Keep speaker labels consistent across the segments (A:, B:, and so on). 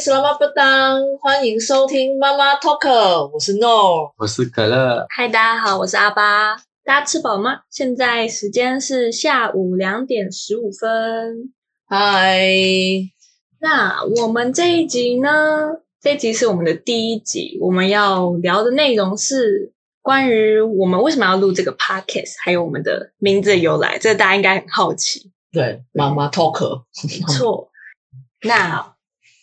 A: selamat petang，欢迎收听妈妈 Talker，我是 No。
B: 我是可乐，
C: 嗨，大家好，我是阿巴。大家吃饱吗？现在时间是下午两点十五分。
A: 嗨，
C: 那我们这一集呢？这一集是我们的第一集，我们要聊的内容是关于我们为什么要录这个 podcast，还有我们的名字的由来。这大家应该很好奇。
A: 对，妈妈 Talker，
C: 没错，那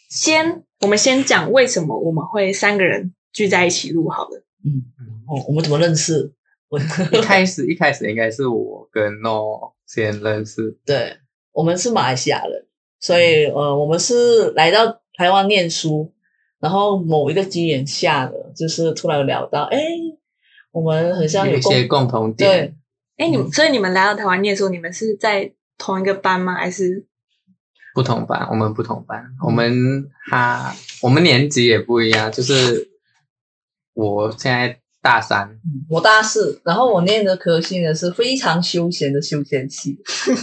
C: 先我们先讲为什么我们会三个人聚在一起录好了。
A: 嗯，哦，我们怎么认识？我
B: 一开始一开始应该是我跟 No 先认识，
A: 对，我们是马来西亚人，所以呃，我们是来到台湾念书，然后某一个机缘下的，就是突然聊到，哎，我们很像
B: 有一
A: 共
B: 些共同点
A: 对，，
C: 哎，你们
A: 嗯
C: 所以你们来到台湾念书，你们是在同一个班吗？还是
B: 不同班，我们不同班，我们他我们年级也不一样，就是我现在大三，
A: 嗯我大四，然后我念的科系呢是非常休闲的休闲系。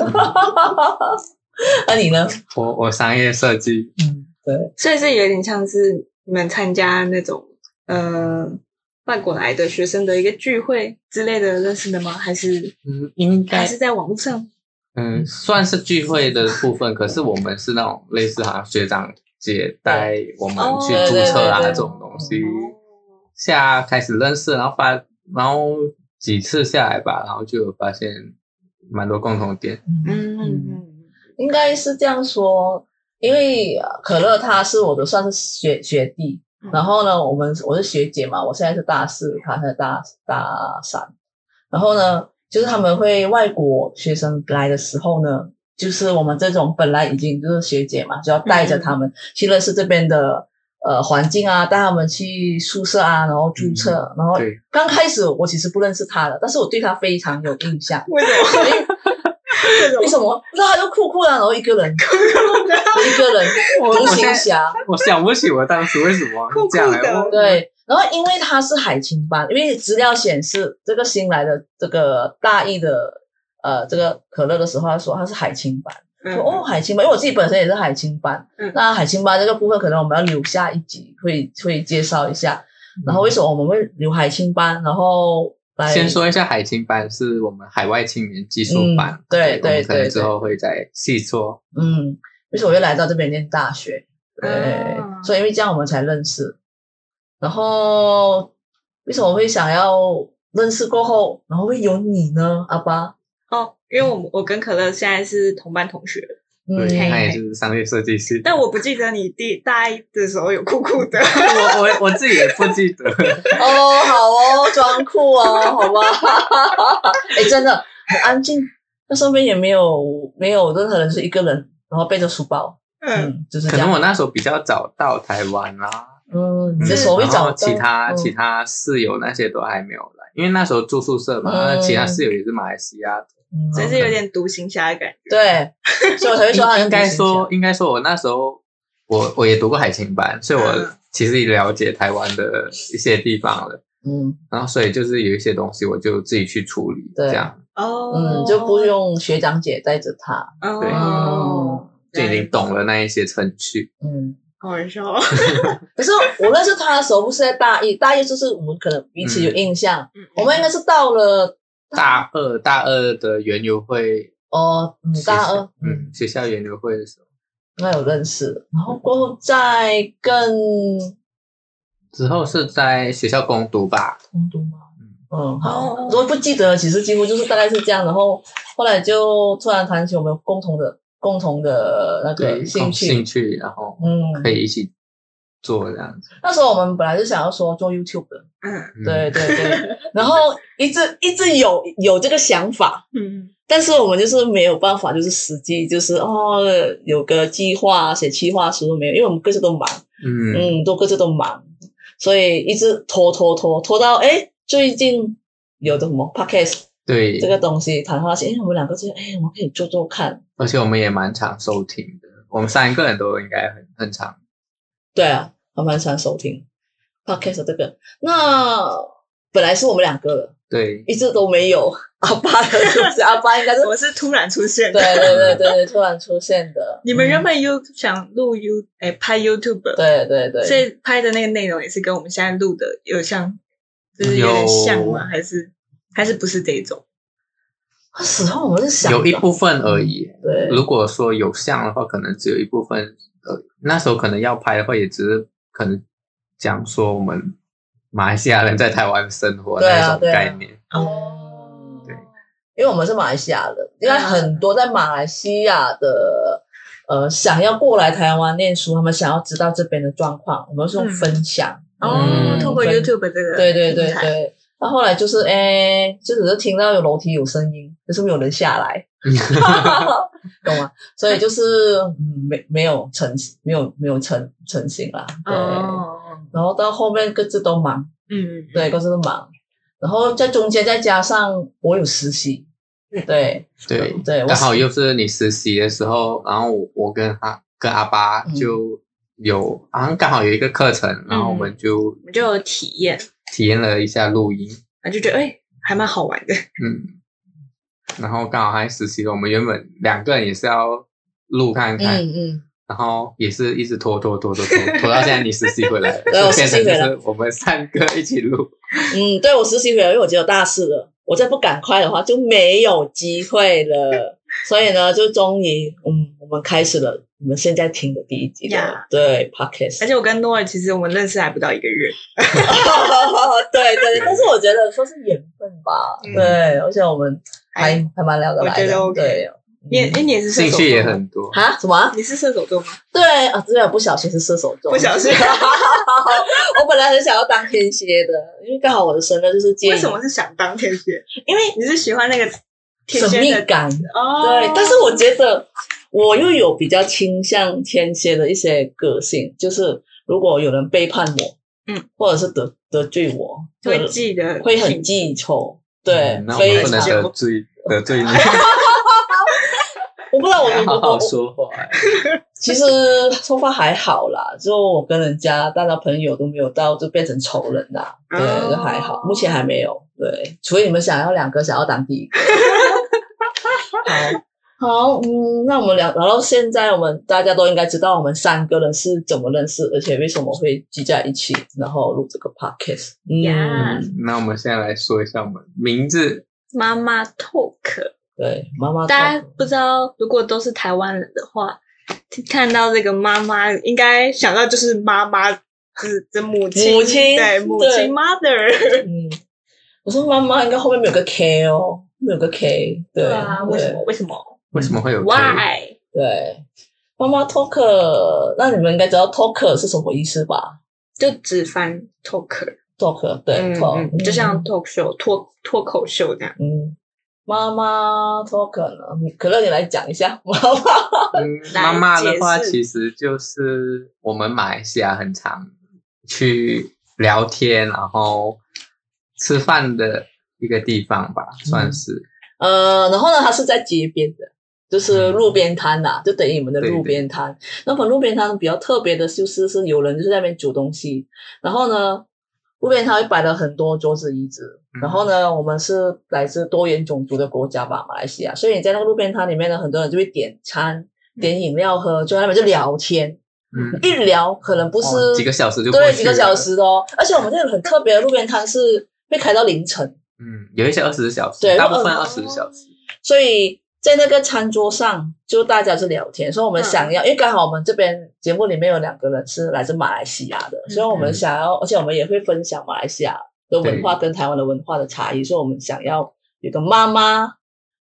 A: 那、你呢？
B: 我我商业设计，
A: 嗯，对，
C: 所以是有点像是你们参加那种呃外国来的学生的一个聚会之类的认识的吗？还是
B: 嗯，应
C: 还
B: 该
C: 是在网络上？
B: 嗯算是聚会的部分，可是我们是那种类似好像学长姐带我们去
C: 哦
A: 对
B: 注册啊
A: 对对对
B: 这种东
C: 嗯
B: 西，下开始认识，然后发，然后几次下来吧，然后就有发现蛮多共同点。
C: 嗯
A: 嗯，
C: 嗯
A: 应该是这样说，因为呃可乐他是我的算是学学弟，
C: 嗯，
A: 然后呢，我们我是学姐嘛，我现在是大四，他是大大三。然后呢，就是他们会外国学生来的时候呢，就是我们这种本来已经就是学姐嘛，就要带着他们去认识这边的呃环境啊，带他们去宿舍啊，然后注册。然后
C: 哦
B: 对
A: 刚开始我其实不认识他的，但是我对他非常有印象。
C: 为什么？
A: 为什么？不知道他就酷酷的，然后一 个人，一个人
B: 我
A: 独
B: 我现
A: 行
B: 在
A: 侠。
B: 我想不起我当时为什么
C: 酷酷
B: 这样啊来
C: 的
B: 我
A: 对，然后因为他是海青班，因为资料显示这个新来的这个大一的呃这个可乐的时候，他说他是海青班，
C: 嗯
A: 说哦海青班，因为我自己本身也是海青班，
C: 嗯
A: 那海青班这个部分可能我们要留下一集会会介绍一下，然后为什么我们会留海青班，然后来
B: 先说一下海青班是我们海外青年技术班，
A: 嗯对
B: 我们
A: 对
B: 可能
A: 对
B: 之后会再细说。
A: 嗯，为什么会来到这边念大学？对，
C: 啊
A: 所以因为这样我们才认识。然后为什么会想要认识过后，然后会有你呢，阿巴？
C: 哦，因为我们我跟可乐现在是同班同学，
A: 嗯，
B: 对，
C: 嘿
B: 他也
C: 嘿
B: 是商业设计系，
C: 但我不记得你第大一的时候有酷酷的。
B: 我我我自己也不记 得。
A: 哦，好哦，装酷哦，好吧。 哎，真的很安静，那身边也没有没有任何人是一个人，然后背着书包，
C: 嗯，
A: 嗯，就是
B: 可
A: 这
B: 能我
A: 样。
B: 那时候比较早到台湾啦、
A: 嗯，你
B: 嗯
A: 的所谓嗯
B: 然
A: 找
B: 后其他、其
A: 他，
B: 他室友那些都还没有来，因为那时候住宿舍嘛，那其他
A: 嗯
B: 室友也是马来西亚的。
A: 嗯
C: 所以是有点独行侠的感觉。
A: 对，所以我才会说他
B: 应
A: 很
B: 应该
A: 独行侠
B: 说，应该说，我那时候我我也读过海青班，所以我
C: 嗯
B: 其实也了解台湾的一些地方了。
A: 嗯
B: 然后，所以就是有一些东西，我就自己去处理，
A: 对
B: 这样
C: 哦，
A: 嗯，就不用学长姐带着他，
B: 对
A: 嗯，
C: 哦
B: 就已经懂了那一些程序。
A: 嗯。
C: 好玩笑。哦
A: 可是我认识他的时候不是在大一，大一就是我们可能彼此有印象，
C: 嗯
A: 我们应该是到了
B: 大二大二的园游会，
A: 哦，嗯，大二，嗯
B: 嗯，，学校园游会的时候
A: 那有认识，然后过后再更
B: 之后是在学校攻读吧，
A: 通读吗
B: 嗯？
A: 嗯，
C: 哦
A: 好，如果不记得，其实几乎就是大概是这样，然后后来就突然谈起我们共同的共同的那
B: 对，
A: 个兴
B: 兴
A: 趣，
B: 趣，然后
A: 嗯，
B: 可以一起做这样子。
A: 那时候我们本来是想要说做 YouTube 的，
C: 嗯
B: 嗯
A: 对对对， 然后一直一直有有这个想法，
C: 嗯，
A: 但是我们就是没有办法，就是实际就是哦，有个计划写计划书都没有，因为我们各自都忙，
B: 嗯，
A: 嗯，都各自都忙，所以一直拖拖拖拖到哎，最近有的什么 podcast
B: 对
A: 这，个东西谈话性，哎，我们两个就哎，我们可以做做看，
B: 而且我们也蛮常收听的，我们三个人都应该很很常。
A: 对啊，还蛮常收听 podcast 的这个，那本来是我们两个的，
B: 对，
A: 一直都没有， 阿爸的出现，阿爸应该是
C: 我是突然出 现
A: 对
C: 的。
A: 对对对对，突然出现的，
C: 你们原本 You 想录 You 哎拍 YouTube，
A: 嗯对对对，
C: 所以拍的那个内容也是跟我们现在录的有像，就是有点像吗？
B: 有
C: 还是还是不是这种？
A: 那时候我是想
B: 有一
A: 的嗯
B: 部分而已。
A: 对
B: 如果说有像的话，可能只有一部分。呃，那时候可能要拍的话，也只是可能讲说我们马来西亚人在台湾生活
A: 对啊
B: 那种
A: 对啊
B: 概念。
A: 哦
B: 对
A: 因为我们是马来西亚人，因为很多在马来西亚的呃想要过来台湾念书，他们想要知道这边的状况，我们是用
C: 嗯
A: 分享
C: 哦，
B: 嗯
C: 透过
A: 分
C: YouTube 这个
A: 对对对
C: 平台
A: 对。那后来就是诶，就只是听到有楼梯有声音，可是没有人下 来，懂吗？所以就是嗯没没有成没有没有成成型啦。对，
C: 哦，
A: 然后到后面各自都忙，
C: 嗯，
A: 对，各自都忙。然后在中间再加上我有实习，对
B: 嗯对
A: 对，我
B: 刚好
A: 是
B: 又是你实习的时候，然后我我跟他跟阿巴
A: 嗯
B: 就有，好像刚好有一个课程，然后我们就
C: 我们就有体验，
B: 体验了一下录音，
C: 然后就觉得哎还蛮好玩的，
B: 嗯，然后刚好还实习了，我们原本两个人也是要录看看，
A: 嗯嗯，
B: 然后也是一直拖拖拖拖拖拖到现在你实习回来了，
A: 对我
B: 就变成就
A: 实习回
B: 是我们三个一起录，
A: 嗯，对我实习回来，因为我只有大四了，我再不赶快的话就没有机会了。所以呢，就终于，嗯，我们开始了我们现在听的第一集的
C: Yeah
A: 对 podcast，
C: 而且我跟诺尔其实我们认识还不到一个月，
A: 对对，对但是我觉得说是缘分吧，
C: 嗯
A: 对，而且我们还
C: 还
A: 还蛮聊得来
C: 我觉
A: 的，
C: 得 OK
A: 对，
C: 你也
A: 嗯
C: 哎你也是射
B: 兴
C: 手
B: 趣也
C: 座吗，
B: 很多，
A: 啊什么啊？
C: 你是射手座吗？
A: 对啊，对啊，不小心是射手座，
C: 不小心
A: 我本来很想要当天蝎的，因为刚好我的生日就是介于
C: 为什么是想当天蝎？
A: 因为
C: 你是喜欢那个天
A: 神
C: 蝎
A: 秘
C: 的
A: 感，
C: 哦？
A: 对，但是我觉得我又有比较倾向天蝎的一些个性，就是如果有人背叛我，
C: 嗯，
A: 或者是得得罪我，
C: 会
A: 就是
C: 记得
A: 会很记仇，对
B: 嗯，那我
A: 非
B: 们不
A: 常
B: 能得罪得罪你，
A: 我不知道我
B: 要
A: 我
B: 好
A: 我
B: 好
A: 我
B: 说 话，
A: 其实说话还好啦，就我跟人家大家朋友都没有到就变成仇人啦，对，
C: 哦
A: 就还好，目前还没有，对，除非你们想要两个，想要当第一 个。好，好，嗯，那我们聊聊到现在，我们大家都应该知道我们三个人是怎么认识，而且为什么会聚在一起，然后录这个 podcast。嗯
C: Yeah
B: 嗯，那我们现在来说一下我们名字，
C: 妈妈 talk，
A: 对，妈妈
C: 大家
A: 照顾
C: 不知道，如果都是台湾人的话，看到这个妈妈，应该想到就是妈妈，就是这母亲，
A: 母亲
C: 对母亲
A: 对
C: mother。
A: 嗯，我说妈妈应该后面没有个 K 哦，没有个 K，对，
C: 啊，为什么？为什么
B: 为什么会有 K？
C: ？Why？
A: 对，妈妈 talker，那你们应该知道 talker 是什么意思吧
C: 就只翻 talker，
A: ？talker 对、
C: 嗯
A: talk，
C: 嗯，就像 talk show 脱脱口秀这样。
A: 嗯，妈妈 talker 呢？你可乐，你来讲一下妈妈。
B: 嗯，
C: 来
B: 妈妈的话，
C: 解释
B: 其实就是我们马来西亚很常去聊天，然后吃饭的一个地方吧，
A: 嗯
B: 算是。
A: 呃，然后呢，它是在街边的。就是路边摊呐、就等于你们的
B: 嗯对
A: 路边摊。那么路边摊比较特别的就是是有人就是在那边煮东西，然后呢，路边摊会摆了很多桌子椅子。
B: 嗯
A: 然后呢，我们是来自多元种族的国家吧，马来西亚，所以你在那个路边摊里面呢，很多人就会点餐、点饮料喝，就在那边就聊天，
B: 嗯，
A: 一聊可能不是、
B: 哦几个小时就过去
A: 对
B: 了
A: 几个小。时的哦。而且我们这个很特别的路边摊是会开到凌晨，
B: 嗯，有一些二十小时，
A: 对
B: 大部分
A: 我
B: 二十小时。
A: 所以在那个餐桌上，就大家是聊天，所以我们想要，因为刚好我们这边节目里面有两个人是来自马来西亚的，
C: 嗯
A: 所以我们想要，而且我们也会分享马来西亚的文化跟台湾的文化的差异，所以我们想要有个妈妈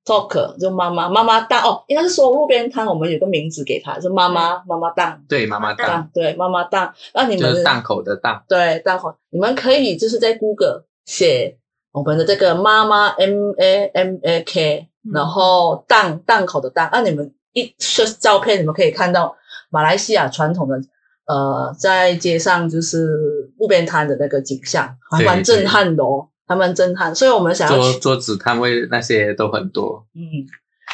A: talk，就妈妈妈妈档哦，应该是说路边摊，我们有个名字给它，是妈妈妈妈档
B: 对，妈妈档
A: 档，对妈妈档，那你
B: 就是
A: 们
B: 档口的档。
A: 对，待会你们可以就是在 Google 写我们的这个妈妈 M A M A K，、
C: 嗯
A: 然后档档口的档，那、你们一 search 照片，你们可以看到马来西亚传统的呃，在街上就是路边摊的那个景象，还
B: 对
A: 蛮震撼的哦，还蛮震撼。所以我们想要
B: 桌
A: 去，
B: 桌子摊位那些都很多，
A: 嗯，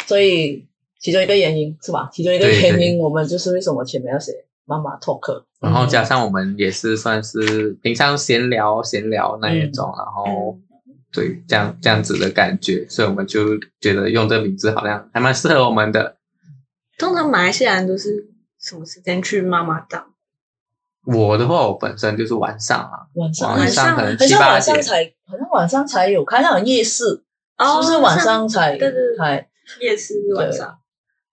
A: 所以其中一个原因是吧？其中一个
B: 对
A: 原
B: 对
A: 因，我们就是为什么前面要写妈妈 talk，
B: 然后
A: 嗯
B: 加上我们也是算是平常闲聊闲聊那一种，然后对，这样这样子的感觉，所以我们就觉得用这名字好像还蛮适合我们的。
C: 通常马来西亚人都是什么时间去妈妈岛？
B: 我的话，我本身就是晚上啊，
A: 晚上
B: 晚
C: 晚
B: 上
C: 上
B: 可能
A: 好
B: 七
A: 像
B: 八
A: 晚上，
B: 点
A: 才，好像晚上才有开那种夜市，
C: 哦，
A: 是不是晚上才
C: 对对对
A: 开？
C: 夜市晚上？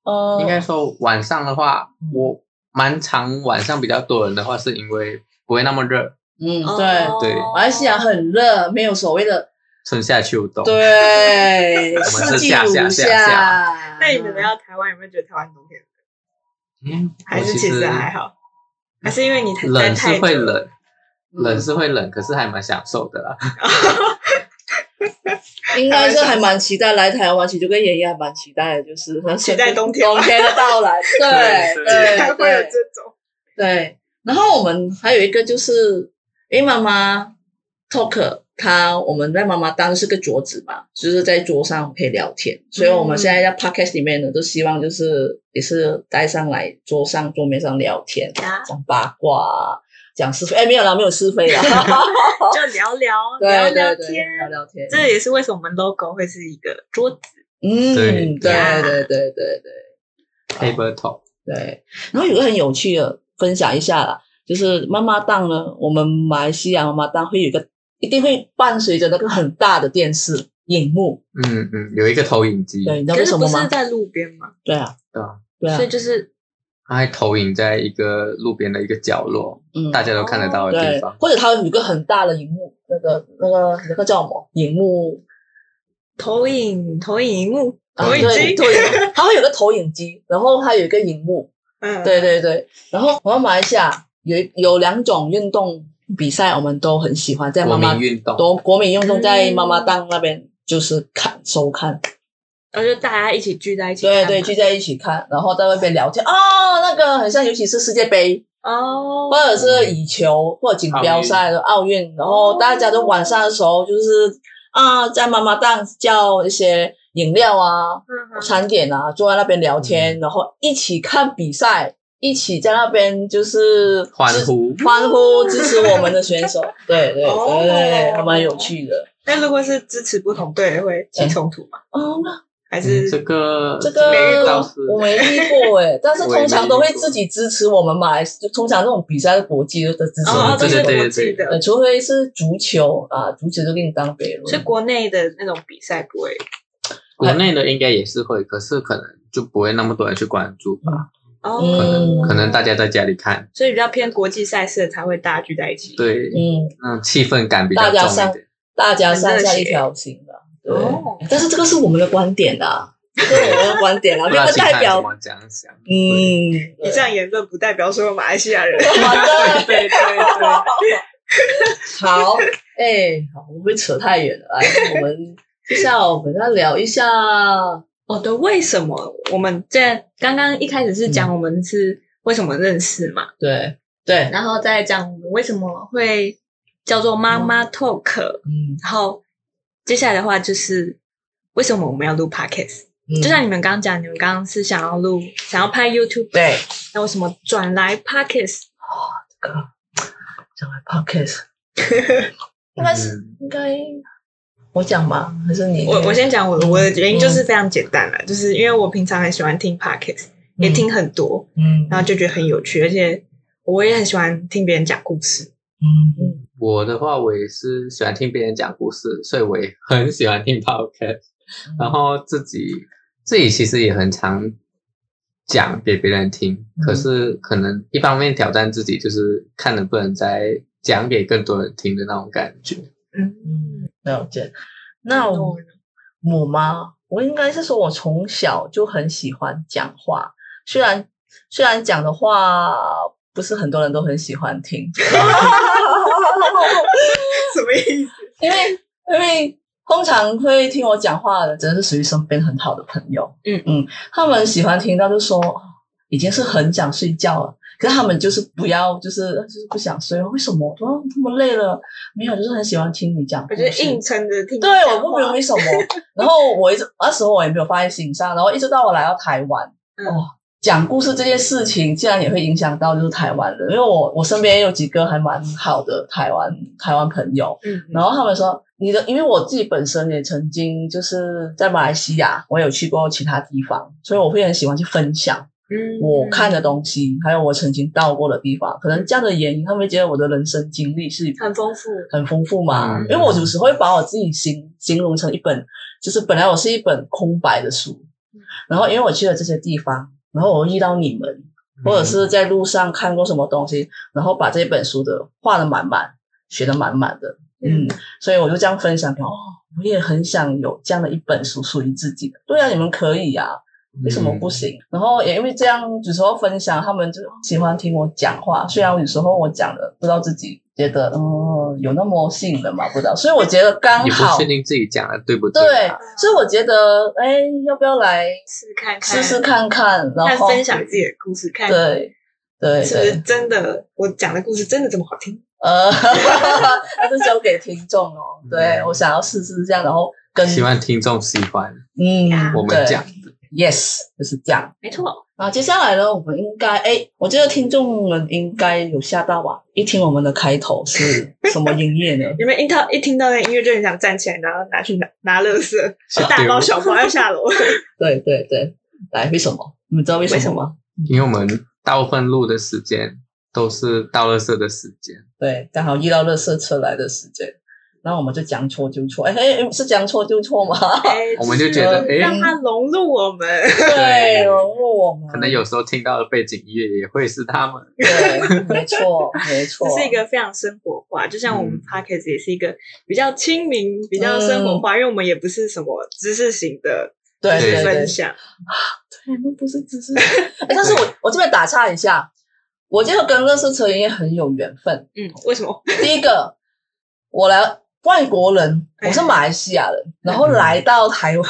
A: 哦、
B: 应该说晚上的话
A: 嗯，
B: 我蛮常晚上比较多人的话，是因为不会那么热，
A: 嗯，
C: 哦
A: 对，
B: 对
A: 马来西亚很热，没有所谓 的
B: 春夏秋冬。
A: 对，
B: 我
A: 四
B: 们是
A: 季
B: 下下
A: 如
B: 下下
C: 那你们到台湾有没有觉得台湾冬天
B: 嗯，
C: 还
B: 我
C: 是
B: 其
C: 其
B: 实
C: 实还好？还是因为你太
B: 冷
C: 太
B: 是
C: 久
B: 会
C: 了嗯哦
B: 冷，冷是会冷，可是还蛮享受的啦。
A: 应该是还蛮期待来台湾，其实就跟爷爷还蛮期待的，就是很
C: 期待冬天
A: 冬天的到 来，对
B: 对对
C: 才
A: 对
C: 会有
A: 对
C: 这种。
A: 对。然后我们还有一个就是，因为妈妈 talk，她我们在妈妈当是个桌子嘛，就是在桌上可以聊天，所以我们现在
C: 嗯
A: 在 podcast 里面呢，都希望就是也是带上来桌上桌面上聊天，
C: 啊
A: 讲八卦啊，讲是非，哎没有啦，没有是非 啦，
C: 就聊聊
A: 对
C: 聊
A: 对对，
C: 聊
A: 聊
C: 天。
A: 聊天，
C: 这也是为什么我们 logo 会是一个桌子。
A: 嗯，对
B: 对
A: 对对对对对。
B: Table top，
A: 对，然后有个很有趣的分享一下啦，就是妈妈档呢，我们马来西亚妈妈档会有一个，一定会伴随着那个很大的电视荧幕，
B: 嗯嗯，有一个投影机，
A: 对，你知道为
C: 可是
A: 什
C: 不
A: 么
C: 是
A: 吗？
C: 在路边嘛，
A: 对啊，
B: 对吧？
A: 对啊
C: 所，以就是
B: 它还投影在一个路边的一个角落，
A: 嗯，
B: 大家都看得到的地
A: 对
B: 方，。
A: 或者它有一个很大的荧幕，那个那个那个叫什么？荧幕
C: 投影投影荧幕
A: 啊
C: 投影
A: 对
C: 机。
A: 投影，它会有个投影机，然后它有一个荧幕，
C: 嗯，
A: 对对对，然后我们马来西亚有有两种运动比赛，我们都很喜欢，在妈
B: 国
A: 妈
B: 民运动，
A: 国国民运动在妈妈档那边就是看收看，
C: 然后就大家一起聚在一起
A: 嗯
C: 看
A: 对
C: 嘛。
A: 对，聚在一起看，然后在外边聊天哦，那个很像，尤其是世界杯
C: 哦，
A: 或者是羽球或者锦标赛的奥运，然后大家都晚上的时候就是啊，在妈妈档叫一些饮料啊、
C: 嗯哼
A: 餐点啊，坐在那边聊天，然后一起看比赛，一起在那边就是
B: 欢
A: 支
B: 呼
A: 欢呼支持我们的选手，对对
C: 哦
A: 对对，还蛮有趣的。
C: 那如果是支持不同队会起冲突吗？
A: 哦，
C: 还
B: 嗯
C: 是
B: 这个
A: 这
B: 个
A: 个
B: 倒是
A: 我没遇过 哎，但是
B: 我
A: 通
B: 也没
A: 常都
B: 遇
A: 会
B: 过
A: 自己支持我们马来西，就通常这种比赛的国际都支持我
C: 哦，
A: 们
C: 都
A: 自
B: 对
A: 己
C: 是
A: 的
B: 对
A: 国家，
B: 对
C: 国际
A: 呃，
C: 的，
A: 除非是足球啊，足球就另当别论。
C: 所以国内的那种比赛不会
B: 国内的应该也是会，可是可能就不会那么多人去关注吧，
C: 哦，
B: 可能
A: 嗯
B: 可能大家在家里看，
C: 所以比较偏国际赛事的才会大家聚在一起。
B: 对，
A: 嗯，
B: 嗯，气氛感比较
A: 大家
B: 重一
A: 上
B: 点。
A: 大家上下
C: 很热血
A: 一条心的，对。
C: 哦，
A: 但是这个是我们的观点 啦，这是我们的观点啦，
B: 不
A: 并
B: 知道
A: 不
B: 其他
A: 哦代
B: 人
A: 表
B: 怎么讲想，对
A: 嗯，
C: 以上言论不代表所有马来西亚人。
A: 好的，
B: 对对对，
A: 好，哎、好，我们会扯太远了，来，我们接下来我们要聊一下，
C: 哦，对，为什么我们在刚刚一开始是讲我们是为什么认识嘛，
A: 对对，
C: 然后再讲我们为什么会叫做妈妈 talk，、
A: 嗯，
C: 然后接下来的话就是为什么我们要录 podcast？、
A: 嗯
C: 就像你们刚刚讲，你们刚刚是想要录想要拍 YouTube，
A: 对，
C: 那为什么转来 podcast？
A: 讲来 podcast，应该是
B: 嗯
A: 应该我讲吧，还是你？
C: 我我先讲我的我的原
A: 嗯
C: 因就是非常简单了，就是因为我平常很喜欢听 podcast，、也听很多，
A: 嗯，嗯，
C: 然后就觉得很有趣，而且我也很喜欢听别人讲故事。
A: 嗯，
B: 我的话，我也是喜欢听别人讲故事，所以我也很喜欢听 podcast。然后自己自己其实也很常讲给别人听，
A: 嗯
B: 可是可能一方面挑战自己，就是看能不能再讲给更多人听的那种感觉。
C: 嗯，
A: 嗯，了解。那我
C: 我
A: 我吗？我应该是说，我从小就很喜欢讲话，虽然虽然讲的话不是很多人都很喜欢听，
C: 什么意思？
A: 因为因为通常会听我讲话的，真的是属于身边很好的朋友，
C: 嗯
A: 嗯，他们喜欢听到就说哦已经是很想睡觉了。可是他们就是不要，就是就是不想睡。为什么？我说这么累了，没有，就是很喜欢听你讲故
C: 我
A: 事。
C: 觉得硬撑着听你讲话。
A: 对，我不明白为什 啊么。然后我一直那时候我也没有放在心上，然后一直到我来到台湾，
C: 嗯
A: 哦，讲故事这件事情，竟然也会影响到就是台湾人，因为我我身边也有几个还蛮好的台湾台湾朋友，
C: 嗯，
A: 然后他们说你的，因为我自己本身也曾经就是在马来西亚，我有去过其他地方，所以我会很喜欢去分享
C: 嗯
A: 我看的东西，还有我曾经到过的地方，可能这样的原因，他们会觉得我的人生经历是
C: 很丰富，
A: 很丰富嘛。
B: 嗯
A: 因为我有时会把我自己形形容成一本，就是本来我是一本空白的书
C: 嗯，
A: 然后因为我去了这些地方，然后我遇到你们，或者
B: 嗯
A: 是在路上看过什么东西，然后把这本书的画的满满，写的满满的，嗯，所以我就这样分享给我，哦，我也很想有这样的一本书属于自己的。对啊，你们可以啊，
B: 嗯
A: 为什么不行？然后也因为这样，有时候分享，他们就喜欢听我讲话。虽然有时候我讲的不知道自己觉得，嗯，有那么吸引人嘛，不知道。所以我觉得刚
B: 也不
A: 好
B: 确，定自己讲的对不
A: 对
B: 啊，
A: 所以我觉得，哎，要不要来
C: 试试看
A: 试
C: 看，
A: 试，看看？然
C: 看
A: 后
C: 分享自己的故事，看
A: 对对
C: 是不是
A: 对，
C: 真的，我讲的故事真的这么好听？
A: 呃， 那就交给听众哦。对
B: 嗯
A: 我想要试试这样，然后跟
B: 希望听众喜欢
A: 嗯
C: 呀，
B: 我们
A: 对
B: 讲。
A: ，yes，就是这样。
C: 没错，
A: 然后接下来呢，我们应该哎，我觉得听众们应该有吓到吧？一听我们的开头是什么音乐呢？
C: 有没有一到一听到那音乐就很想站起来，然后拿去拿拿垃圾，
B: 是
C: 大包
B: 丢
C: 小包要下楼。
A: 对对对，来，为什么？你们知道为什么吗？
B: 因为我们大部分录的时间都是倒垃圾的时间，
A: 对，刚好遇到垃圾车来的时间，然后我们就将错就错。哎哎，是将错就错吗？
C: 哎
B: 我们就觉得
C: 是
B: 哎
C: 让它融入我们，
A: 对，融入我们，
B: 可能有时候听到的背景音乐也会是他们。
A: 对，没错没
C: 这
A: 错，
C: 是一个非常生活化，就像我们
B: 嗯
C: podcast 也是一个比较亲民、比较生活化，因为我们也不是什么知识型的
A: 对
B: 对
A: 对对
C: 分，享，
A: 我们不是只是，哎但是我我这边打岔一下，我觉得跟垃圾车音乐很有缘分。
C: 嗯，为什么？
A: 第一个，我来外国人，
C: 哎
A: 我是马来西亚人，然后来到台湾，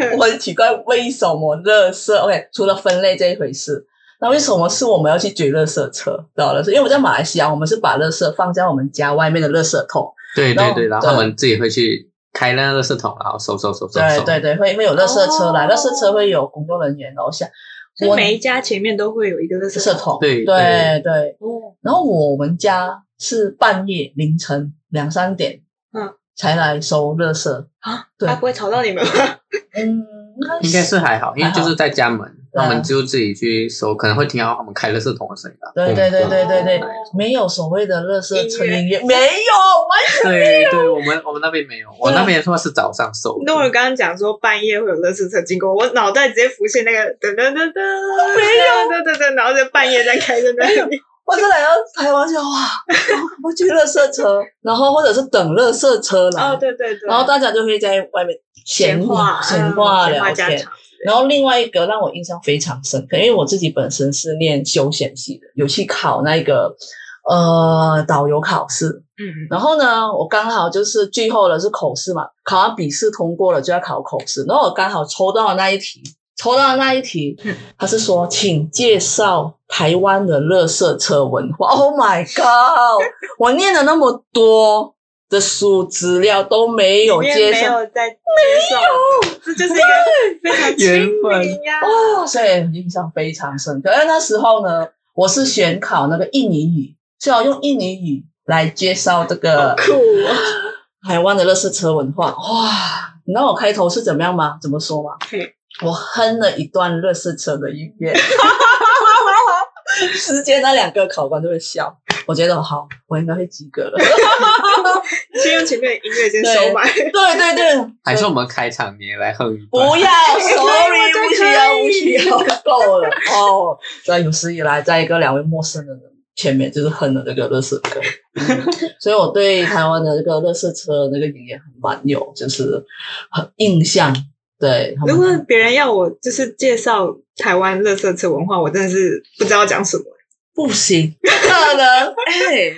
C: 嗯
A: 我很奇怪为什么垃圾 OK，除了分类这一回事，那为什么是我们要去追垃圾车？知道了，因为我在马来西亚，我们是把垃圾放在我们家外面的垃圾桶，
B: 对
A: 然
B: 对
A: 后
B: 对，然后
A: 对
B: 他们自己会去开那个垃圾桶，然后收收收收
A: 对
B: 收。
A: 对对，会会有垃圾车来，
C: 哦
A: 垃圾车会有工作人员楼下，
C: 所以
A: 我
C: 每一家前面都会有一个垃
A: 垃圾
C: 圾
A: 桶，
B: 对
A: 对对，
C: 哦，
A: 然后我们家是半夜凌晨两三点，
C: 嗯，
A: 才来收垃圾，
C: 啊，
A: 对
C: 它不会吵到你们吗？
A: 嗯，
B: 应该是还好，因为就是在家门，
A: 对啊
B: 他们就自己去收，可能会听到他们开垃圾桶的声 音吧。
A: 对对对对对对
B: 嗯
A: 没有所谓的乐色车音
C: 音
A: 乐，没有，完
B: 对对，我们我们那边没有，
A: 嗯
B: 我那边说是早上收的。
C: 那我刚刚讲说半夜会有垃圾车经过，我脑袋直接浮现那个噔噔噔噔，没有，噔噔噔，然后在半夜在开在那里，
A: 我是来到台湾就哇， 我去乐色车，然后或者是等乐色车来，
C: 哦，对对对，
A: 然后大家就会在外面闲
C: 闲话
A: 闲
C: 嗯
A: 话
C: 闲
A: 聊
C: 话家
A: 天。
C: 常，
A: 然后另外一个让我印象非常深刻，因为我自己本身是念休闲系的，有去考那个呃导游考试，
C: 嗯，
A: 然后呢，我刚好就是最后了是口试嘛，考完笔试通过了就要考口试，然后我刚好抽到了那一题，抽到了那一题
C: 嗯，
A: 他是说请介绍台湾的垃圾车文化。Oh my god！我念了那么多的书资料都没有
C: 里面
A: 介
C: 没
A: 绍。
C: 有在介绍，这就是一个非常
B: 缘
C: 亲
B: 分
C: 民呀，
A: 哦，所以印象非常深刻。因为那时候呢，我是选考那个印尼语，是要用印尼语来介绍这个
C: 酷哦，
A: 台湾的乐圾车文化。哇，你知道我开头是怎么样吗？怎么说吗？
C: 嘿
A: 我哼了一段乐圾车的音乐，时间那两个考官都会笑。我觉得好，我应该会及格了。
C: 先用前面的音乐先收买，
A: 对对对，
B: 还是我们开场你也来哼 一
A: 不
B: 段？
A: 要，sorry，
C: 我
A: 不
C: 就
A: 需
C: 可
A: 要，
C: 以
A: 不需要，够了哦。所以有史以来，在一个两位陌生的人前面，就是哼了这个乐色歌，所以我对台湾的这个乐色车那个影也很蛮有，就是很印象。对，他们
C: 如 果别人要我就是介绍台湾垃圾车文化，我真的是不知道讲什么，
A: 不行，可能哎，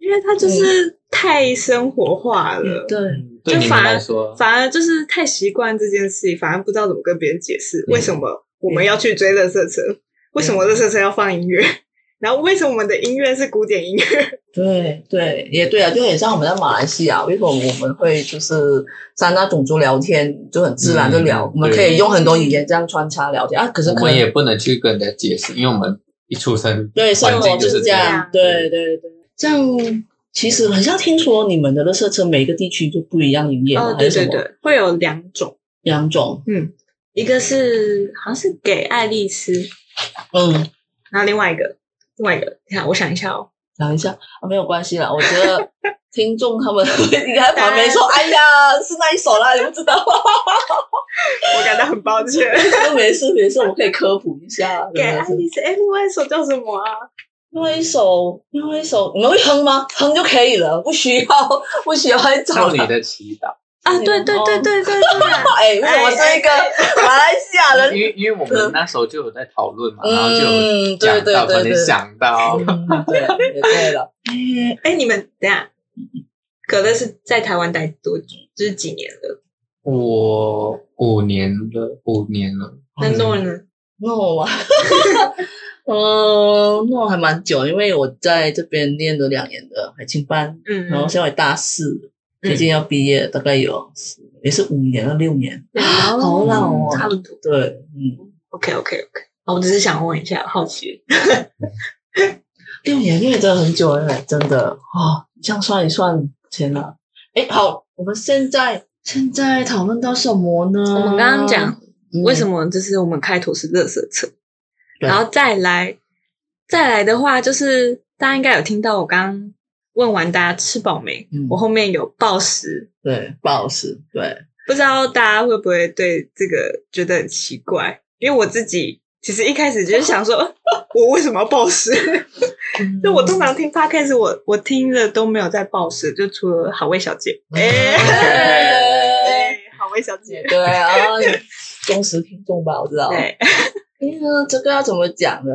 C: 因为它就是太生活化了。
A: 对，
B: 嗯对你们来说，
C: 反而就是太习惯这件事情，反而不知道怎么
A: 嗯
C: 跟别人解释为什么我们要去追垃圾车，为什么垃圾车要放音乐？然后为什么我们的音乐是古典音乐？
A: 对对，也对啊，就很像我们在马来西亚，为什么我们会就是三大种族聊天就很自然就聊，
B: 嗯
A: 我们可以用很多语言这样穿插聊天啊。可是
B: 我
A: 可
B: 们
A: 能
B: 也不能去跟人家解释，因为我们一出生
A: 对生
B: 环
A: 活
B: 境
A: 就是这样
B: 样，，
A: 对对对，这样其实很像听说你们的乐色车每个地区就不一样营业嘛，
C: 哦，
A: 还
C: 对
A: 是什
C: 对
A: 么
C: 对，会有两种，
A: 两种，
C: 嗯，一个是好像是给爱丽丝，
A: 嗯。
C: 然后另外一个，另外一个，等一下我想一下哦，
A: 想一下啊，没有关系啦，我觉得听众他们会应该在旁边说：“哎呀，是那一首啦，你不知道吗啊
C: 我感到很抱歉。？”
A: 没事没事，我们可以科普一下。
C: 给
A: 真的
C: 爱
A: 是
C: 丽丝，哎，另外一首叫什么啊？
A: 另外一首，另外一首，你们会哼吗？哼就可以了，不需要，不需要再找
B: 少女
A: 了。
B: 的祈祷，
C: 啊，对对对对对对，
A: 哎，因为我是一个马来西亚人
B: 因，为因为我们那时候就有在讨论嘛，然后就有
A: 嗯，对
B: 讲
A: 对
B: 到，
A: 对
B: 突
A: 对，
B: 然想到，
A: 嗯，对，也对了。
C: 哎哎，你们等一下，可乐是在台湾待多久？就是几年了？
B: 我五年了，五年了，
C: 那诺呢？
A: 那我 啊，嗯，那我还蛮久，因为我在这边念了两年的海青班，
C: 嗯，
A: 然后现在大四，最近要毕业，大概有也是五年到六年。
C: 好
A: 好老哦
C: 差不多。
A: 对，嗯，
C: OK OK OK，我只是想问一下，好奇。
A: 六年，六年真的很久了，哎真的哦。这样算一算，天哪！哎，好，我们现在现在讨论到什么呢？
C: 我们刚刚讲
A: 嗯
C: 为什么就是我们开头是垃圾车，
A: 对
C: 然后再来再来的话，就是大家应该有听到我刚刚问完大家吃饱没，
A: 嗯
C: 我后面有暴食，
A: 对暴食，对，
C: 不知道大家会不会对这个觉得很奇怪？因为我自己其实一开始就是 想说，我为什么要暴食？就我通常听 podcast，我我听的都没有在暴食，就除了好味小姐，
A: 嗯
C: 哎、哎好味小姐，
A: 对啊，你忠实听众吧，我知道。
C: 对，
A: 哎呀，这个要怎么讲呢？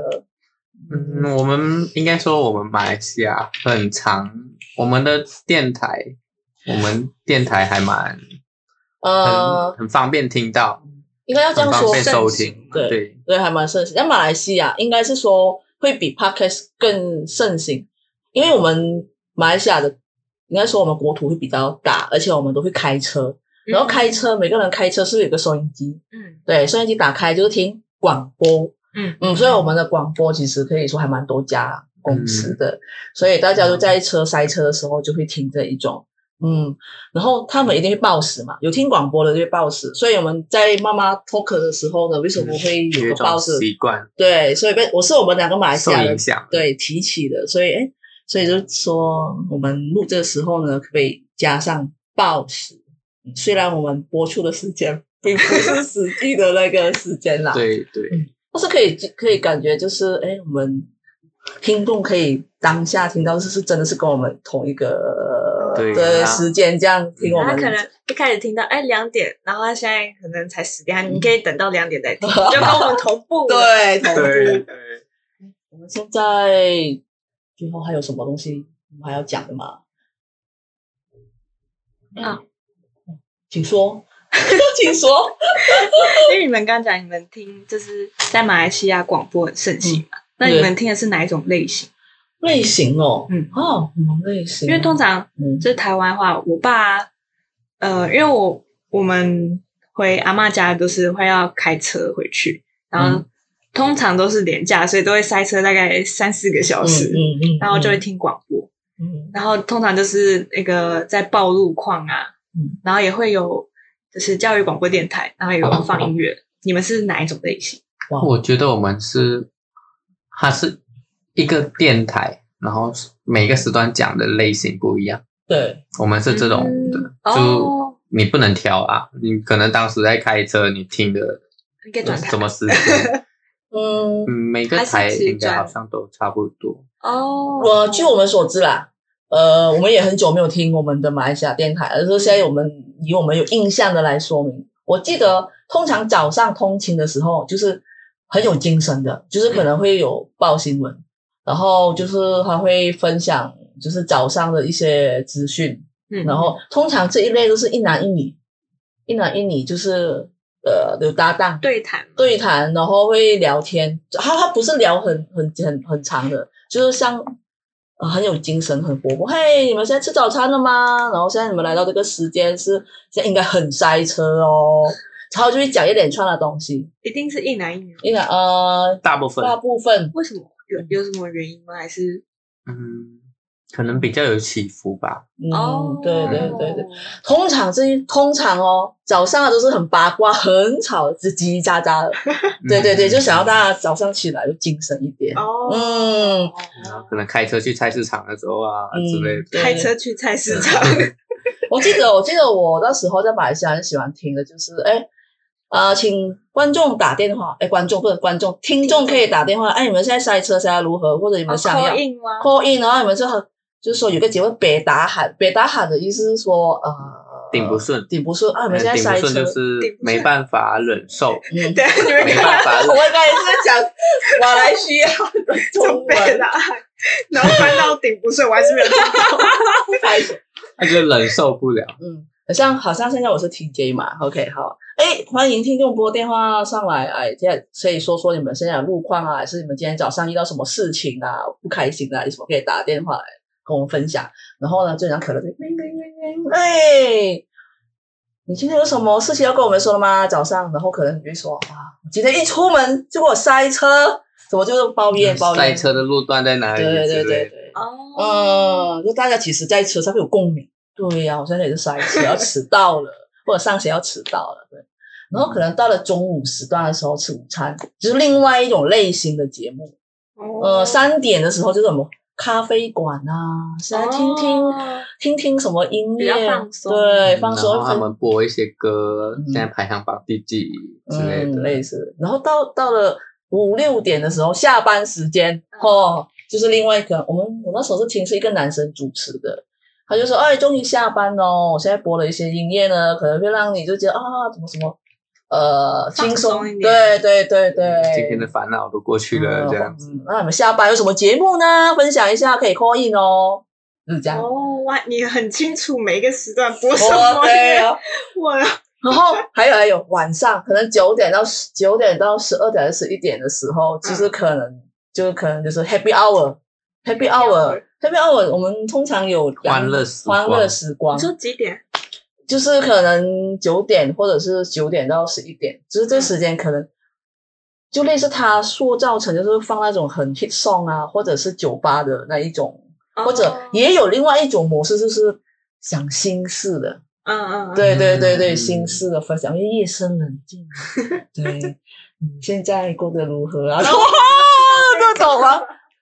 B: 嗯，我们应该说我们马来西亚很长，我们的电台，我们电台还蛮很
A: 呃，
B: 很方便听到，
A: 应该要这
B: 很
A: 样
B: 方
A: 说，
B: 便收听，
A: 对
B: 对，
A: 对，还蛮盛行。在马来西亚，应该是说会比 podcast 更盛行，因为我们马来西亚的，应该说我们国土会比较大，而且我们都会开车，然后开车，每个人开车是不是有一个收音机？
C: 嗯
A: 对，收音机打开就是听广播，
C: 嗯
A: 嗯，所以我们的广播其实可以说还蛮多家公司
B: 嗯
A: 的，所以大家都在车塞车的时候就会听这一种，嗯，然后他们一定会报时嘛，有听广播的就会报时，所以我们在妈妈 talk 的时候呢，为什么会
B: 嗯有
A: 有
B: 一
A: 个报
B: 种
A: 时？
B: 习惯
A: 对，所以被我是我们两个马来西
B: 受
A: 亚人
B: 影响，
A: 对提起的，所以哎，所以就说我们录这个时候呢，可不可以加上报时？嗯虽然我们播出的时间并不是实际的那个时间啦，
B: 对对，
A: 但是可以可以感觉就是哎，我们听众可以当下听到是是真的是跟我们同一个
B: 对
A: 的
B: 啊
A: 时间这样听我
C: 然后
A: 们
C: 他可能一开始听到哎两点，然后他现在可能才十点，
A: 嗯
C: 你可以等到两点再 听，就跟我们同步。
A: 对同步
B: 对对，
A: 我们现在最后还有什么东西我们还要讲的吗？
C: 啊，
A: 请说， 请说。
C: 因为你们刚讲你们听就是在马来西亚广播很盛
A: 嗯
C: 行嘛，那你们听的是哪一种类型？
A: 类型哦，
C: 嗯
A: 哦，什么类型？
C: 因为通常
A: 嗯
C: 就是台湾话，我爸，呃，因为我我们回阿嬷家都是会要开车回去，
A: 嗯
C: 然后通常都是连假，所以都会塞车大概三四个小时，
A: 嗯嗯，嗯
C: 然后就会听广播，
A: 嗯
C: 然后通常就是那个在报路况啊，
A: 嗯
C: 然后也会有就是教育广播电台，然后也
B: 哦
C: 有放音乐。你们是哪一种类型？
A: 哇，
B: 我觉得我们是，它是一个电台，然后每个时段讲的类型不一样。
A: 对
B: 我们是这种
C: 嗯
B: 的，
C: 哦
B: 就你不能挑啊，你可能当时在开车，你听的
C: 你可以转台
B: 什么时间，
A: 嗯
B: 嗯，每个
C: 还是
B: 台
C: 其实
B: 应该好
C: 转
B: 像都差不多。
C: 哦，
A: 我呃据我们所知啦，呃，我们也很久没有听我们的马来西亚电台，而是现在我们以我们有印象的来说明。我记得通常早上通勤的时候，就是很有精神的，就是可能会有报新闻，然后就是他会分享就是早上的一些资讯，
C: 嗯
A: 然后通常这一类都是一男一女，一男一女就是呃有搭档
C: 对谈嘛，
A: 对谈，然后会聊天。他他不是聊很很很很长的，就是像、呃很有精神，很活泼。嘿，你们现在吃早餐了吗？然后现在你们来到这个时间是现在应该很塞车哦。 然后就会讲一连串的东西，
C: 一定是一男一女。
A: 应该呃
B: 大部分
A: 大部分
C: 为什么有有什么原因吗？还是
B: 嗯，可能比较有起伏吧。
A: 嗯、
C: 哦，
A: 对对对对，，通常这一通常哦早上都是很八卦、很吵、叽叽喳喳的。
B: 嗯
A: 对对对，就想要
B: 家，
A: 大家早上起来就精神一点。
C: 哦，
A: 嗯，
B: 嗯可能开车去菜市场的时候啊
A: 嗯
B: 之类的。
A: 对嗯
C: 开车去菜市场，
A: 我记得，我记得我那时候在马来西亚很喜欢听的就是，哎，呃，请观众打电话，哎，观众不是观众，听众可以打电话，哎，你们现在塞车塞得如何，或者你们想要
C: 啊 call in 吗？
A: call in，然后你们就很就是说有个节目北打喊，北打喊的意思是说，呃，
B: 顶不顺，
A: 顶不顺啊，你们现在
B: 顶不
A: 塞
B: 顺
A: 车
B: 就，是
C: 顶不顺
B: 没办法忍受，
A: 嗯，
C: 对，你们
B: 没
C: 看
B: 办法
A: 我刚才是在讲马来西亚的中
C: 就被
A: 文，
C: 打，然后翻到顶不顺，我还 是没有听到。
A: 不好意思
B: 他就忍受不了。
A: 嗯，好像好像现在我是 TJ 嘛，OK，好，哎，欢迎听众拨电话上来，哎，现在可以说说你们现在的路况啊，还是你们今天早上遇到什么事情啊，不开心啊，有什么可以打电话来跟我们分享。然后呢，就讲可乐就叮叮叮叮，哎，你今天有什么事情要跟我们说了吗？早上，然后可能你就说啊，我今天一出门就给我塞车，怎么就是抱怨抱
B: 赛
A: 怨，
B: 车的路段在哪里
A: 对
B: 之
A: 对对
B: 类的？
A: 对对。
C: 哦，
A: 嗯，就大家其实在车上会有共鸣。对呀、我现在也是塞车，要迟到了，或者上学要迟到了，对。然后可能到了中午时段的时候吃午餐，就是另外一种类型的节目。
C: 哦
A: 呃，三点的时候就是什么咖啡馆啊，是来听听、
C: 哦
A: 听听什么音乐，
C: 比较放松
A: 对，
B: 嗯
A: 放松。
B: 然后他们播一些歌，
A: 嗯
B: 现在排行榜第几之类
A: 嗯，类
B: 的。
A: 似。然后到到了五六点的时候，下班时间
C: 嗯
A: 哦，就是另外一个，我们我那时候是听是一个男生主持的，他就说：“哎，终于下班哦，我现在播了一些音乐呢，可能会让你就觉得啊，怎么什么。”呃，
C: 放
A: 轻松
C: 松一，点
A: 对对对对，
B: 嗯今天的烦恼都过去了，这样子。
A: 嗯。那你们下班有什么节目呢？分享一下，可以 call in 哦。就是这样。
C: 哦，哇，你很清楚每一个时段播什
A: 哦
C: 么
A: 对
C: 耶！
A: 啊
C: 我
A: 然后还有还有晚上，可能九点到十九点到十二点十一点的时
C: 嗯
A: 候，其实可能、就可能就是 Happy Hour，Happy
C: hour
A: Hour，Happy Hour，我们通常有两
B: 欢乐时
A: 欢
B: 光
A: 乐时光
C: 你，说几点？
A: 就是可能九点或者是九点到十一点，就是这时间可能就类似他塑造成就是放那种很 hit song 啊，或者是酒吧的那一种，或者
C: 哦
A: 也有另外一种模式就是讲心事的。
C: 嗯嗯，嗯，
A: 对对对对，
B: 嗯
A: 心事的分享，因为夜深人静，对，你现在过得如何啊？然后这种吗？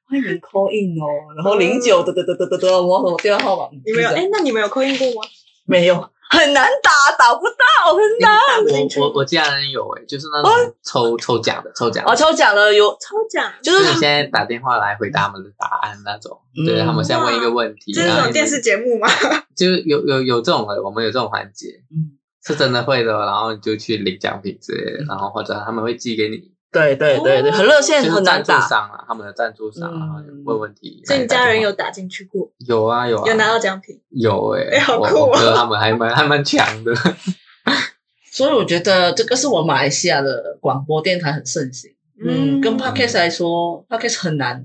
A: 欢迎 call in 哦，然后零九得得得得得得，我我电话号码
C: 你们有
A: 就这样
C: 哎，那你们有扣印过吗？
A: 没有？嗯很难打，打不到，很难。
C: 打不进去
B: 我我我家人有哎、就是那种抽、抽奖的抽奖的
A: 哦，抽奖了，有
C: 抽奖，
A: 就
B: 就是是
A: 他
B: 现在打电话来回答他们的答案那种，
A: 嗯
B: 对他们现在问一个问题，
C: 这是
B: 然
C: 那
B: 后
C: 种
B: 你
C: 电视节 目吗？
B: 就是有有有这种的，我们有这种环节
A: 嗯，
B: 是真的会的，哦然后你就去领奖品之类的，然后或者他们会寄给你，
A: 对对对对，很热线
B: 就
A: 很
B: 是赞
A: 难
B: 助
A: 打。
B: 商啊，他们的赞助商，
A: 嗯
B: 然后问问题，
C: 所以你家人有
B: 然后
C: 打进去 过，
B: 打电话有啊有啊
C: 有拿到奖品？
B: 有哎、
C: 哎好酷
B: 我
C: 哦
B: 我觉得他们还蛮还蛮强的，
A: 所以我觉得这个是我马来西亚的广播电台很盛行。嗯，跟 podcast 来说，podcast 很难，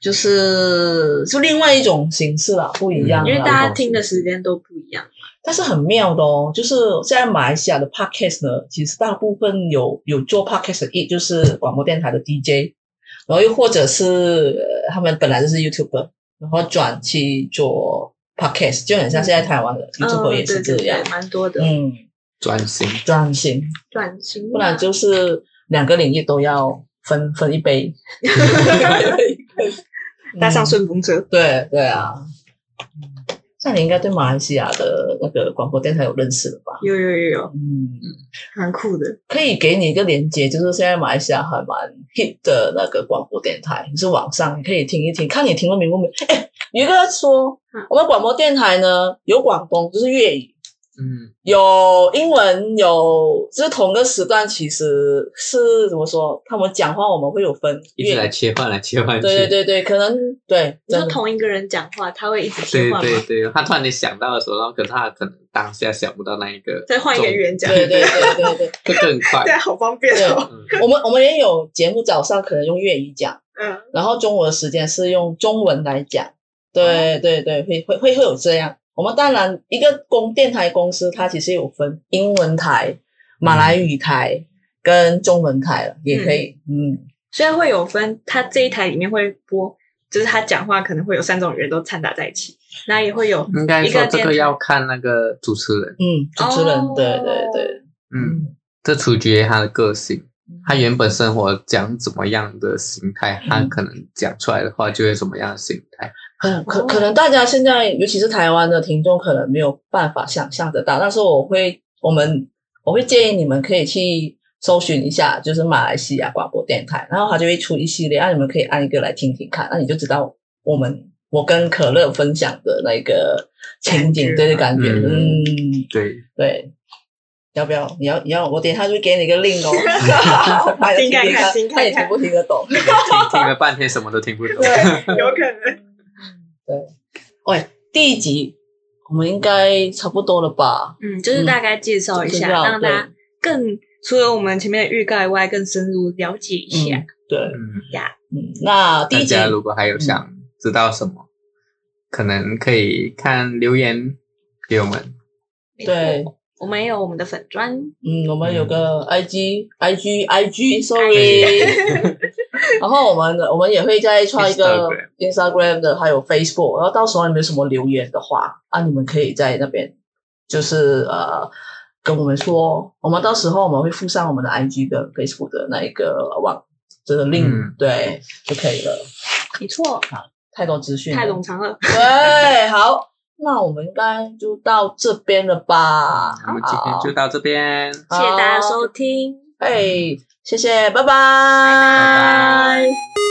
A: 就是就另外一种形式啦，不一样啦。
C: 嗯因为大
B: 当
C: 家
B: 然
C: 听的时间都不一样。
A: 但是很妙的哦，就是现在马来西亚的 podcast 呢，其实大部分有有做 podcast 的，一就是广播电台的 DJ，然后又或者是、呃他们本来就是 YouTuber，然后转去做 podcast，就很像现在台湾的 YouTuber
C: 嗯
A: 也是
C: 对
A: 这
C: 对对
A: 样，
C: 蛮多的
A: 嗯，
B: 专心。
A: 转型，
C: 转型，啊
A: 不然就是两个领域都要分分一 杯，
C: 搭上
A: 嗯
C: 顺风车。
A: 对对啊，像你应该对马来西亚的那个广播电台有认识了吧？
C: 有有有有，
A: 嗯，
C: 蛮酷的。
A: 可以给你一个连接，就是现在马来西亚还蛮 hit 的那个广播电台，你是网上你可以听一听，看你听得 明不明。哎，有一个说
C: 嗯，
A: 我们广播电台呢有广东，就是粤语，
B: 嗯
A: 有英文，有就是同个时段，其实是怎么说？他们讲话我们会有分
B: 一直
A: 粤
B: 来切换来切换去，
A: 对对对对，可能对，
C: 你说
A: 真的
C: 同一个人讲话，他会一直切
B: 对
C: 换
B: 对
C: 吗？
B: 对，他突然间想到的时候，然后可是他可能当下想不到那一个，
C: 再换一个语言讲，
A: 对对对对 对。
B: 会更快
C: 对，。好方便哦。
B: 嗯
A: 我们我们也有节目早上可能用粤语讲，
C: 嗯，
A: 然后中午的时间是用中文来讲。对对对，会会会会有这样。我们当然一个公电台公司，它其实有分英文台、马来语台跟中文台了，也可以。嗯，
C: 所以会有分，他这一台里面会播，就是他讲话可能会有三种语言都掺杂在一起，那也会有
B: 应该
C: 一个
B: 说这
C: 电
B: 个
C: 台
B: 要看那个主持人，
A: 嗯，主持人，
C: 哦
A: 对对对，
B: 嗯，，这取决于他的个性，他原本生活讲怎么样的形态，他
A: 嗯
B: 可能讲出来的话就会什么样的形 态。
A: 可嗯可可能大家现在，尤其是台湾的听众，可能没有办法想象得到。但是我会，我们我会建议你们可以去搜寻一下，就是马来西亚广播电台，然后它就会出一系列，那、啊你们可以按一个来听听看，那你就知道我们我跟可乐分享的那个情景，
C: 感觉
A: 对的感觉，嗯
B: 嗯， 对，
A: 对。要不要？你要你要我等一下就给你个令 哦，买了
C: 听看
A: 听
C: 看听
A: 看
C: 看
A: 你听
C: 看
A: 不听得 懂？
B: 听听了半天什么都听不懂。
C: 对， 有可 能。
A: 喂，第一集我们应该差不多了吧？
C: 嗯，就是大概介绍一下，
A: 嗯
C: 让大家更除了我们前面的预告以外，更深入了解一下。
A: 对，
B: 嗯，
A: 嗯，那第
B: 大
A: 一集
B: 家如果还
C: 嗯
B: 有想知道什么，可能可以看留言给我们。
A: 对，
C: 我们有我们的粉砖，
A: 嗯，我们有个 IG、IG
B: IG
A: IG，sorry，然后我们我们也会再创一个
B: Instagram
A: Instagram 的，还有 Facebook，然后到时候你们有什么留言的话啊，你们可以在那边就是呃跟我们说，我们到时候我们会附上我们的 IG 跟 Facebook 的那一个网这个 link，、
B: 嗯
A: 对就可以了，
C: 没错，
A: 太多资讯了，
C: 太冗长了。
A: 对，好，那我们应该就到这边了吧？
B: 我们今天就到这边，
C: 谢谢大家收听。
A: 哎，谢谢，拜拜，拜
B: 拜
A: 拜